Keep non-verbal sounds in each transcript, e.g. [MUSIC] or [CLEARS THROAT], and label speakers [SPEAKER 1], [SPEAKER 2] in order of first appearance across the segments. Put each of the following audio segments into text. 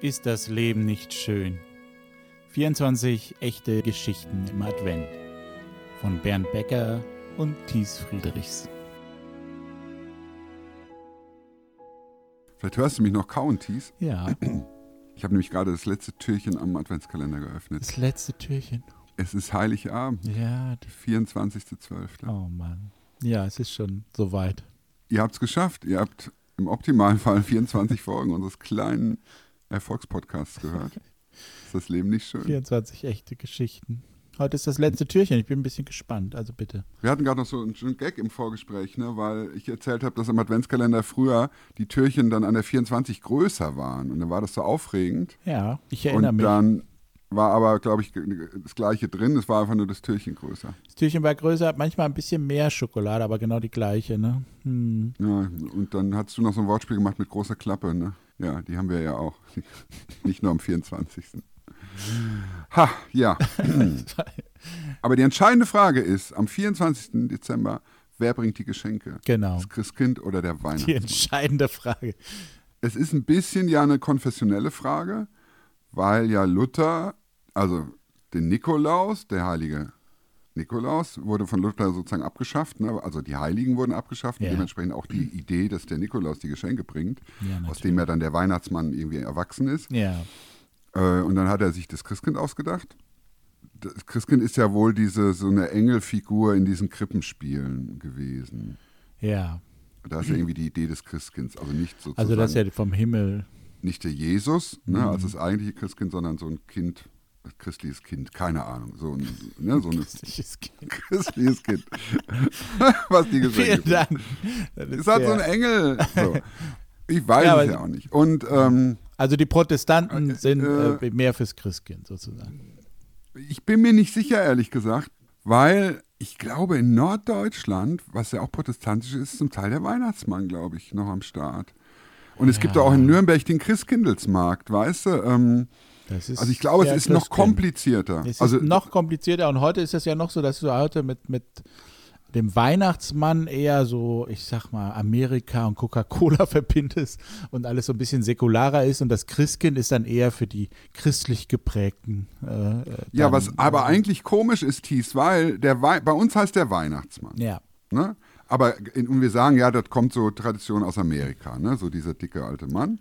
[SPEAKER 1] Ist das Leben nicht schön? 24 echte Geschichten im Advent von Bernd Becker und Thies Friedrichs.
[SPEAKER 2] Vielleicht hörst du mich noch kauen, Thies.
[SPEAKER 1] Ja,
[SPEAKER 2] Ich habe nämlich gerade das letzte Türchen am Adventskalender geöffnet.
[SPEAKER 1] das letzte Türchen.
[SPEAKER 2] Es ist Heiligabend,
[SPEAKER 1] Ja, d-
[SPEAKER 2] 24.12.
[SPEAKER 1] oh Mann. Ja, es ist schon soweit.
[SPEAKER 2] Ihr habt es geschafft. Ihr habt im optimalen Fall 24 Folgen unseres kleinen Erfolgspodcasts gehört. Ist das Leben nicht schön?
[SPEAKER 1] 24 echte Geschichten. Heute ist das letzte Türchen. Ich bin ein bisschen gespannt, also bitte.
[SPEAKER 2] Wir hatten gerade noch so einen schönen Gag im Vorgespräch, ne, weil ich erzählt habe, dass im Adventskalender früher die Türchen dann an der 24 größer waren. Und dann war das so aufregend.
[SPEAKER 1] Ja, ich erinnere
[SPEAKER 2] und
[SPEAKER 1] mich.
[SPEAKER 2] dann war aber, glaube ich, das gleiche drin. Es war einfach nur das Türchen größer.
[SPEAKER 1] Das Türchen war größer, hat manchmal ein bisschen mehr Schokolade, aber genau die gleiche, ne?
[SPEAKER 2] [CLEARS THROAT]
[SPEAKER 1] Hm.
[SPEAKER 2] Ja, und dann hast du noch so ein Wortspiel gemacht mit großer Klappe, ne? Ja, die haben wir ja auch. [LAUGHS] Nicht nur am 24. Ha, ja. Aber die entscheidende Frage ist, am 24. Dezember, wer bringt die Geschenke?
[SPEAKER 1] Genau.
[SPEAKER 2] Das Christkind oder der
[SPEAKER 1] Die
[SPEAKER 2] Weihnachtsmann?
[SPEAKER 1] entscheidende Frage.
[SPEAKER 2] Es ist ein bisschen ja eine konfessionelle Frage, weil ja Luther, also den Nikolaus, der heilige Nikolaus, wurde von Luther sozusagen abgeschafft. Ne? Also die Heiligen wurden abgeschafft
[SPEAKER 1] Ja.
[SPEAKER 2] und dementsprechend auch die Idee, dass der Nikolaus die Geschenke bringt,
[SPEAKER 1] Ja,
[SPEAKER 2] aus
[SPEAKER 1] natürlich.
[SPEAKER 2] dem ja dann der Weihnachtsmann irgendwie erwachsen ist.
[SPEAKER 1] Ja,
[SPEAKER 2] Äh, und dann hat er sich das Christkind ausgedacht. Das Christkind ist ja wohl diese so eine Engelfigur in diesen Krippenspielen gewesen.
[SPEAKER 1] ja.
[SPEAKER 2] Da ist ja irgendwie die Idee des Christkinds, also nicht sozusagen
[SPEAKER 1] Also Mhm. das ist ja vom Himmel.
[SPEAKER 2] nicht der Jesus, ne, als das eigentliche Christkind, sondern so ein Kind, christliches Kind, keine Ahnung, so ein, ne, so
[SPEAKER 1] [LAUGHS]
[SPEAKER 2] ein
[SPEAKER 1] Christliches Kind.
[SPEAKER 2] christliches Kind, [LAUGHS] was die
[SPEAKER 1] Vielen
[SPEAKER 2] gesagt haben.
[SPEAKER 1] Dank. Das
[SPEAKER 2] Ist halt so ein
[SPEAKER 1] der-
[SPEAKER 2] Engel. So. Ich weiß
[SPEAKER 1] Ja, aber-
[SPEAKER 2] es ja auch nicht. Und ähm,
[SPEAKER 1] also die Protestanten sind
[SPEAKER 2] äh,
[SPEAKER 1] äh, mehr fürs Christkind sozusagen.
[SPEAKER 2] ich bin mir nicht sicher, ehrlich gesagt, weil ich glaube, in Norddeutschland, was ja auch protestantisch ist, ist zum Teil der Weihnachtsmann, glaube ich, noch am Start. Und es gibt
[SPEAKER 1] Ja.
[SPEAKER 2] auch in Nürnberg den Christkindlesmarkt, weißt du? Ähm,
[SPEAKER 1] Das ist
[SPEAKER 2] also ich glaube, es
[SPEAKER 1] sehr
[SPEAKER 2] ist noch
[SPEAKER 1] Christkind.
[SPEAKER 2] komplizierter.
[SPEAKER 1] Es ist
[SPEAKER 2] also
[SPEAKER 1] noch komplizierter und heute ist es ja noch so, dass du heute mit, mit dem Weihnachtsmann eher so, ich sag mal, Amerika und Coca-Cola [LAUGHS] verbindest und alles so ein bisschen säkularer ist und das Christkind ist dann eher für die christlich geprägten. Äh, äh,
[SPEAKER 2] Ja,
[SPEAKER 1] dann-
[SPEAKER 2] was aber eigentlich komisch ist, Thies, weil der Wei bei uns heißt der Weihnachtsmann.
[SPEAKER 1] Ja,
[SPEAKER 2] Ne? Aber in, und wir sagen, ja, das kommt so Tradition aus Amerika, ne? so dieser dicke alte Mann.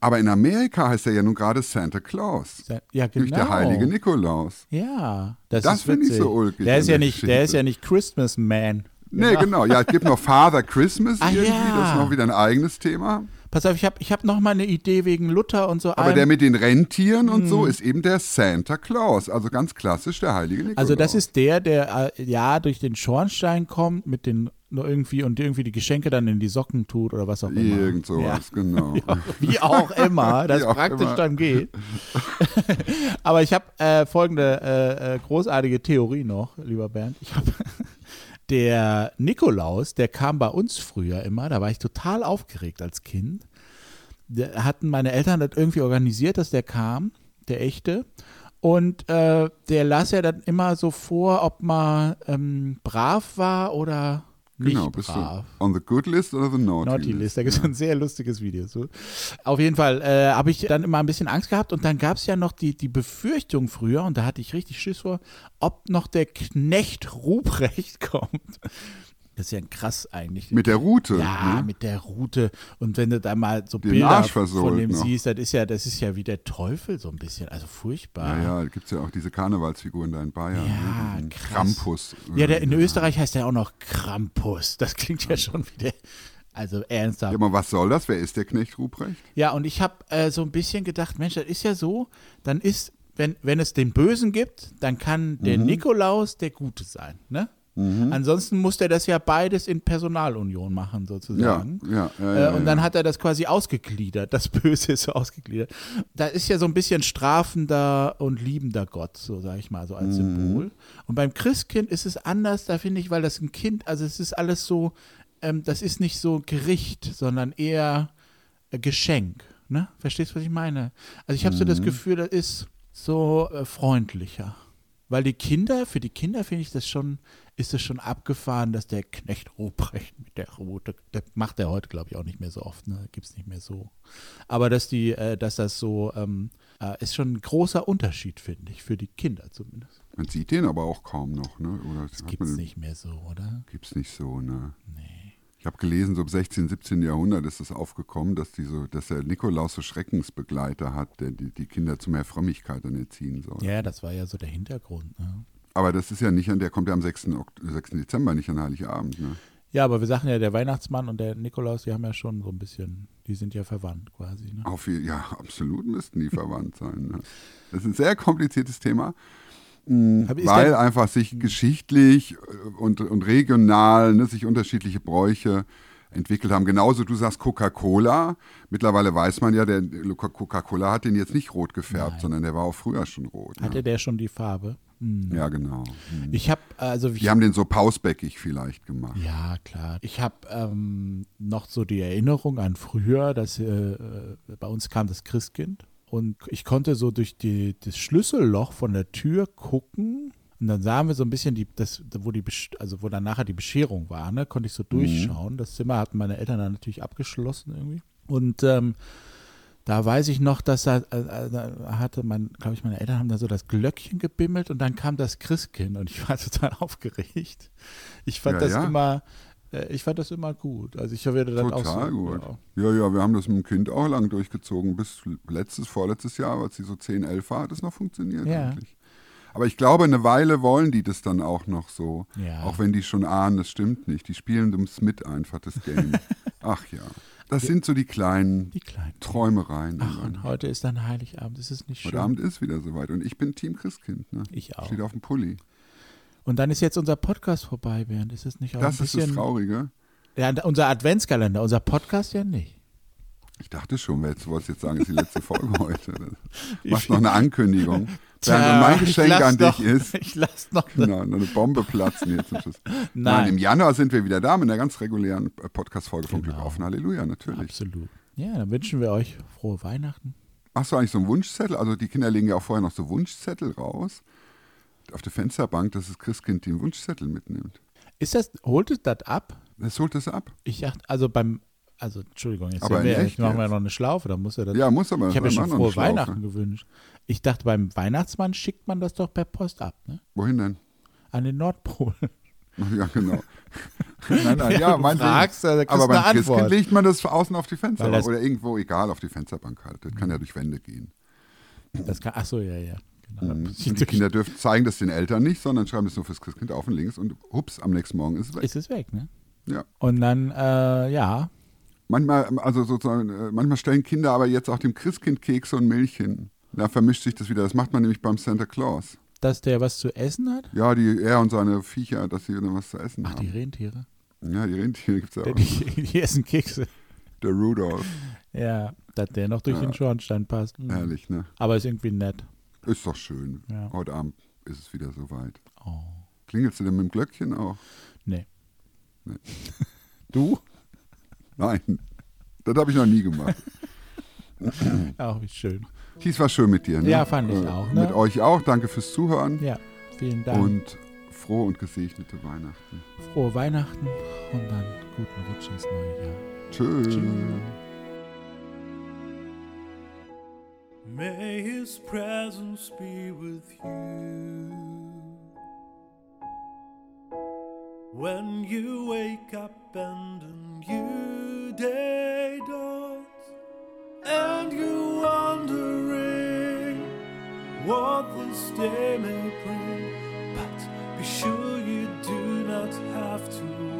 [SPEAKER 2] Aber in Amerika heißt er ja nun gerade Santa Claus.
[SPEAKER 1] Sa- ja genau.
[SPEAKER 2] Nämlich der heilige Nikolaus.
[SPEAKER 1] Ja, das,
[SPEAKER 2] Das
[SPEAKER 1] ist
[SPEAKER 2] find ich
[SPEAKER 1] witzig.
[SPEAKER 2] so ulkig
[SPEAKER 1] Der
[SPEAKER 2] an
[SPEAKER 1] ist ja
[SPEAKER 2] der
[SPEAKER 1] nicht, der ist
[SPEAKER 2] Geschichte.
[SPEAKER 1] ja nicht Christmas Man.
[SPEAKER 2] Nee, genau. Ja, es gibt noch Father Christmas
[SPEAKER 1] Ah,
[SPEAKER 2] irgendwie,
[SPEAKER 1] ja.
[SPEAKER 2] das ist noch wieder ein eigenes Thema.
[SPEAKER 1] Pass auf, ich habe ich hab noch mal eine Idee wegen Luther und so.
[SPEAKER 2] Aber
[SPEAKER 1] allem.
[SPEAKER 2] der mit den Rentieren und
[SPEAKER 1] Hm.
[SPEAKER 2] so ist eben der Santa Claus, also ganz klassisch der heilige Nikolaus.
[SPEAKER 1] Also das ist der, der äh, ja durch den Schornstein kommt mit den nur irgendwie und irgendwie die Geschenke dann in die Socken tut oder was auch immer.
[SPEAKER 2] Irgend sowas, genau.
[SPEAKER 1] [LAUGHS] Ja. Wie auch immer, das
[SPEAKER 2] [LAUGHS] Wie auch
[SPEAKER 1] praktisch
[SPEAKER 2] immer.
[SPEAKER 1] dann geht. [LAUGHS] Aber ich habe äh, folgende äh, äh, großartige Theorie noch, lieber Bernd. Ich habe [LAUGHS] der Nikolaus, der kam bei uns früher immer, da war ich total aufgeregt als Kind. Der, hatten meine Eltern das irgendwie organisiert, dass der kam, der echte. Und äh, der las ja dann immer so vor, ob man ähm, brav war oder nicht
[SPEAKER 2] Genau, bist
[SPEAKER 1] brav.
[SPEAKER 2] du on the good list oder the naughty,
[SPEAKER 1] Naughty
[SPEAKER 2] list?
[SPEAKER 1] List. Da gibt es ein sehr lustiges Video. So. Auf jeden Fall äh, habe ich dann immer ein bisschen Angst gehabt und dann gab es ja noch die, die Befürchtung früher und da hatte ich richtig Schiss vor, ob noch der Knecht Ruprecht [LAUGHS] kommt. Das ist ja krass eigentlich.
[SPEAKER 2] Mit der Route.
[SPEAKER 1] ja,
[SPEAKER 2] ne?
[SPEAKER 1] mit der Route. Und wenn du da mal so
[SPEAKER 2] Den
[SPEAKER 1] Bilder
[SPEAKER 2] Arsch
[SPEAKER 1] von
[SPEAKER 2] versohlt
[SPEAKER 1] dem
[SPEAKER 2] noch.
[SPEAKER 1] siehst, das ist ja, das ist ja wie der Teufel so ein bisschen. Also furchtbar.
[SPEAKER 2] Ja, ja, da gibt es ja auch diese Karnevalsfiguren da in Bayern.
[SPEAKER 1] Ja,
[SPEAKER 2] ne? diesen
[SPEAKER 1] krass.
[SPEAKER 2] Krampus.
[SPEAKER 1] Ja, der, in Österreich heißt der auch noch Krampus. Das klingt ja schon wieder. Also ernsthaft.
[SPEAKER 2] Ja, aber was soll das? Wer ist der Knecht Ruprecht?
[SPEAKER 1] Ja, und ich habe äh, so ein bisschen gedacht, Mensch, das ist ja so, dann ist, wenn, wenn es den Bösen gibt, dann kann der
[SPEAKER 2] Mhm.
[SPEAKER 1] Nikolaus der Gute sein, ne? Ansonsten muss der das ja beides in Personalunion machen,
[SPEAKER 2] Ja,
[SPEAKER 1] sozusagen.
[SPEAKER 2] ja, ja,
[SPEAKER 1] Äh,
[SPEAKER 2] ja,
[SPEAKER 1] und
[SPEAKER 2] ja.
[SPEAKER 1] dann hat er das quasi ausgegliedert, das [LAUGHS] Böse ist so ausgegliedert. Da ist ja so ein bisschen strafender und liebender Gott, so sage ich mal, so
[SPEAKER 2] Mhm.
[SPEAKER 1] als Symbol. Und beim Christkind ist es anders, da finde ich, weil das ein Kind, also es ist alles so, ähm, das ist nicht so Gericht, sondern eher äh, Geschenk. Ne? Verstehst du, was ich meine? Also ich habe so das Gefühl, das ist so äh, freundlicher. Weil die Kinder, für die Kinder finde ich das schon, ist das schon abgefahren, dass der Knecht Ruprecht mit der Rote, das macht er heute, glaube ich, auch nicht mehr so oft, ne? Gibt es nicht mehr so. Aber dass die, äh, dass das so, ähm, äh, ist schon ein großer Unterschied, finde ich, für die Kinder zumindest.
[SPEAKER 2] Man sieht den aber auch kaum noch, ne? Oder
[SPEAKER 1] Das
[SPEAKER 2] hat
[SPEAKER 1] gibt
[SPEAKER 2] man
[SPEAKER 1] es
[SPEAKER 2] den-
[SPEAKER 1] nicht mehr so, oder?
[SPEAKER 2] Gibt's nicht so, ne?
[SPEAKER 1] Nee.
[SPEAKER 2] Ich habe gelesen, so im 16., 17. Jahrhundert ist es aufgekommen, dass, die so, dass der Nikolaus so Schreckensbegleiter hat, der die, die Kinder zu mehr Frömmigkeit dann erziehen soll.
[SPEAKER 1] Ja, das war ja so der Hintergrund, ne?
[SPEAKER 2] Aber das ist ja nicht an, der kommt ja am 6. Ok 6. Dezember, nicht an Heiligabend. Ne?
[SPEAKER 1] Ja, aber wir sagen ja, der Weihnachtsmann und der Nikolaus, die haben ja schon so ein bisschen, die sind ja verwandt quasi, ne?
[SPEAKER 2] Auf, ja, absolut müssten die verwandt sein. Ne? Das ist ein sehr kompliziertes Thema, mh,
[SPEAKER 1] Hm, Hab- ist
[SPEAKER 2] weil
[SPEAKER 1] der-
[SPEAKER 2] einfach sich geschichtlich äh, und, und regional ne, sich unterschiedliche Bräuche entwickelt haben. Genauso, du sagst Coca-Cola. Mittlerweile weiß man ja, der Coca- Coca-Cola hat den jetzt nicht rot gefärbt, sondern der war auch früher schon rot. Ne?
[SPEAKER 1] Hatte der schon die Farbe? Hm.
[SPEAKER 2] Ja, genau. Mhm.
[SPEAKER 1] Ich habe, also ich
[SPEAKER 2] Die haben den so pausbäckig vielleicht gemacht.
[SPEAKER 1] Ja, klar. Ich habe ähm, noch so die Erinnerung an früher, dass äh, äh, bei uns kam das Christkind und ich konnte so durch die, das Schlüsselloch von der Tür gucken. Und dann sahen wir so ein bisschen die, das, wo die, Besch- also wo dann nachher die Bescherung war, ne, konnte ich so durchschauen. Das Zimmer hatten meine Eltern dann natürlich abgeschlossen irgendwie. Und ähm, da weiß ich noch, dass da, äh, äh, da hatte mein, glaube ich, meine Eltern haben da so das Glöckchen gebimmelt und dann kam das Christkind und ich war [LAUGHS] total aufgeregt. Ich fand
[SPEAKER 2] Ja,
[SPEAKER 1] das
[SPEAKER 2] ja.
[SPEAKER 1] immer, äh, ich fand das immer gut. Also ich werde das auch
[SPEAKER 2] Total
[SPEAKER 1] so,
[SPEAKER 2] gut.
[SPEAKER 1] Ja.
[SPEAKER 2] Ja. ja, wir haben das mit dem Kind auch lang durchgezogen. Bis letztes, vorletztes Jahr, als sie so 10, 11 war, hat es noch funktioniert
[SPEAKER 1] Ja.
[SPEAKER 2] eigentlich. Aber ich glaube, eine Weile wollen die das dann auch noch so.
[SPEAKER 1] Ja.
[SPEAKER 2] Auch wenn die schon ahnen, das stimmt nicht. Die spielen das mit einfach, das
[SPEAKER 1] [LAUGHS]
[SPEAKER 2] Game. Ach ja. Das sind so die kleinen
[SPEAKER 1] Die Kleinen.
[SPEAKER 2] Träumereien.
[SPEAKER 1] Ach,
[SPEAKER 2] Oder?
[SPEAKER 1] und heute ist dann Heiligabend, ist es nicht schön?
[SPEAKER 2] Heute Abend ist wieder soweit. Und ich bin Team Christkind. Ne?
[SPEAKER 1] Ich auch.
[SPEAKER 2] Steht auf dem Pulli.
[SPEAKER 1] Und dann ist jetzt unser Podcast vorbei, Bernd. Ist es nicht auch
[SPEAKER 2] Das
[SPEAKER 1] ein
[SPEAKER 2] ist das
[SPEAKER 1] bisschen.
[SPEAKER 2] Traurige.
[SPEAKER 1] ja, unser Adventskalender, unser Podcast ja nicht.
[SPEAKER 2] Ich dachte schon, wer jetzt- du wolltest jetzt sagen, ist die
[SPEAKER 1] [LAUGHS]
[SPEAKER 2] letzte Folge heute.
[SPEAKER 1] Ich-
[SPEAKER 2] Machst noch eine Ankündigung. Bernd,
[SPEAKER 1] Tja,
[SPEAKER 2] und mein
[SPEAKER 1] ich
[SPEAKER 2] Geschenk
[SPEAKER 1] lass
[SPEAKER 2] an dich
[SPEAKER 1] noch- [LAUGHS]
[SPEAKER 2] ist,
[SPEAKER 1] Ich lass noch.
[SPEAKER 2] genau, eine Bombe platzen jetzt zum
[SPEAKER 1] [LAUGHS]
[SPEAKER 2] Schluss. Nein. im Januar sind wir wieder da mit einer ganz regulären äh, Podcast-Folge von
[SPEAKER 1] Genau.
[SPEAKER 2] Glück auf und Halleluja, natürlich.
[SPEAKER 1] Absolut. Ja, dann wünschen wir euch frohe Weihnachten.
[SPEAKER 2] Machst du eigentlich so einen Wunschzettel? Also die Kinder legen ja auch vorher noch so Wunschzettel raus. Auf der Fensterbank, dass das Christkind den Wunschzettel mitnimmt.
[SPEAKER 1] Ist das, holt es das ab?
[SPEAKER 2] Das holt das ab.
[SPEAKER 1] Ich dachte, also beim, also Entschuldigung, jetzt,
[SPEAKER 2] Aber
[SPEAKER 1] sind wir,
[SPEAKER 2] in
[SPEAKER 1] jetzt
[SPEAKER 2] echt
[SPEAKER 1] machen wir
[SPEAKER 2] jetzt?
[SPEAKER 1] noch eine Schlaufe, dann muss er das.
[SPEAKER 2] Ja, muss aber.
[SPEAKER 1] ich habe ja
[SPEAKER 2] wir
[SPEAKER 1] schon
[SPEAKER 2] machen noch
[SPEAKER 1] frohe
[SPEAKER 2] eine Schlaufe.
[SPEAKER 1] Weihnachten gewünscht. Ich dachte, beim Weihnachtsmann schickt man das doch per Post ab, ne?
[SPEAKER 2] Wohin denn?
[SPEAKER 1] An den Nordpol. [LAUGHS]
[SPEAKER 2] Ja, genau. [LAUGHS] nein, nein,
[SPEAKER 1] Ja,
[SPEAKER 2] ja,
[SPEAKER 1] du
[SPEAKER 2] mein
[SPEAKER 1] fragst, also kriegst
[SPEAKER 2] Aber
[SPEAKER 1] eine
[SPEAKER 2] beim Christkind
[SPEAKER 1] Antwort.
[SPEAKER 2] legt man das außen auf die
[SPEAKER 1] Weil
[SPEAKER 2] Fensterbank
[SPEAKER 1] das-
[SPEAKER 2] oder irgendwo, egal, auf die Fensterbank halt. Das kann ja durch Wände gehen.
[SPEAKER 1] Das kann, ach so, ja, ja. Genau.
[SPEAKER 2] Mhm. Und die Kinder dürfen zeigen das den Eltern nicht, sondern schreiben es nur fürs Christkind auf und links und hups, am nächsten Morgen ist es
[SPEAKER 1] [LAUGHS]
[SPEAKER 2] weg.
[SPEAKER 1] Ist es weg, ne?
[SPEAKER 2] Ja.
[SPEAKER 1] Und dann, äh, ja,
[SPEAKER 2] Manchmal, also sozusagen, äh, manchmal stellen Kinder aber jetzt auch dem Christkind Kekse und Milch hin. Da vermischt sich das wieder. Das macht man nämlich beim Santa Claus.
[SPEAKER 1] dass der was zu essen hat.
[SPEAKER 2] Ja, die, er und seine Viecher, dass sie dann was zu essen
[SPEAKER 1] Ach, die
[SPEAKER 2] haben.
[SPEAKER 1] Rentiere.
[SPEAKER 2] Ja, die Rentiere gibt es ja auch.
[SPEAKER 1] Die, die essen Kekse.
[SPEAKER 2] Der Rudolf.
[SPEAKER 1] Ja, dass der noch durch
[SPEAKER 2] Ja.
[SPEAKER 1] den Schornstein passt. Mhm.
[SPEAKER 2] Herrlich, ne?
[SPEAKER 1] Aber ist irgendwie nett.
[SPEAKER 2] Ist doch schön.
[SPEAKER 1] Ja.
[SPEAKER 2] Heute Abend ist es wieder soweit.
[SPEAKER 1] Oh.
[SPEAKER 2] Klingelst du denn mit dem Glöckchen auch?
[SPEAKER 1] Nee.
[SPEAKER 2] Nee.
[SPEAKER 1] Du?
[SPEAKER 2] Nein. Das habe ich noch nie gemacht.
[SPEAKER 1] Auch wie schön.
[SPEAKER 2] Dies war schön mit dir. Ne?
[SPEAKER 1] Ja, fand ich auch, ne?
[SPEAKER 2] Mit euch auch. Danke fürs Zuhören
[SPEAKER 1] Ja, vielen Dank.
[SPEAKER 2] und frohe und gesegnete Weihnachten.
[SPEAKER 1] Frohe Weihnachten und dann guten Rutsch ins neue Jahr.
[SPEAKER 2] Tschüss.
[SPEAKER 3] May his presence be with you. When you wake up and a new day dawns, and you wondering what this day may bring, but be sure you do not have to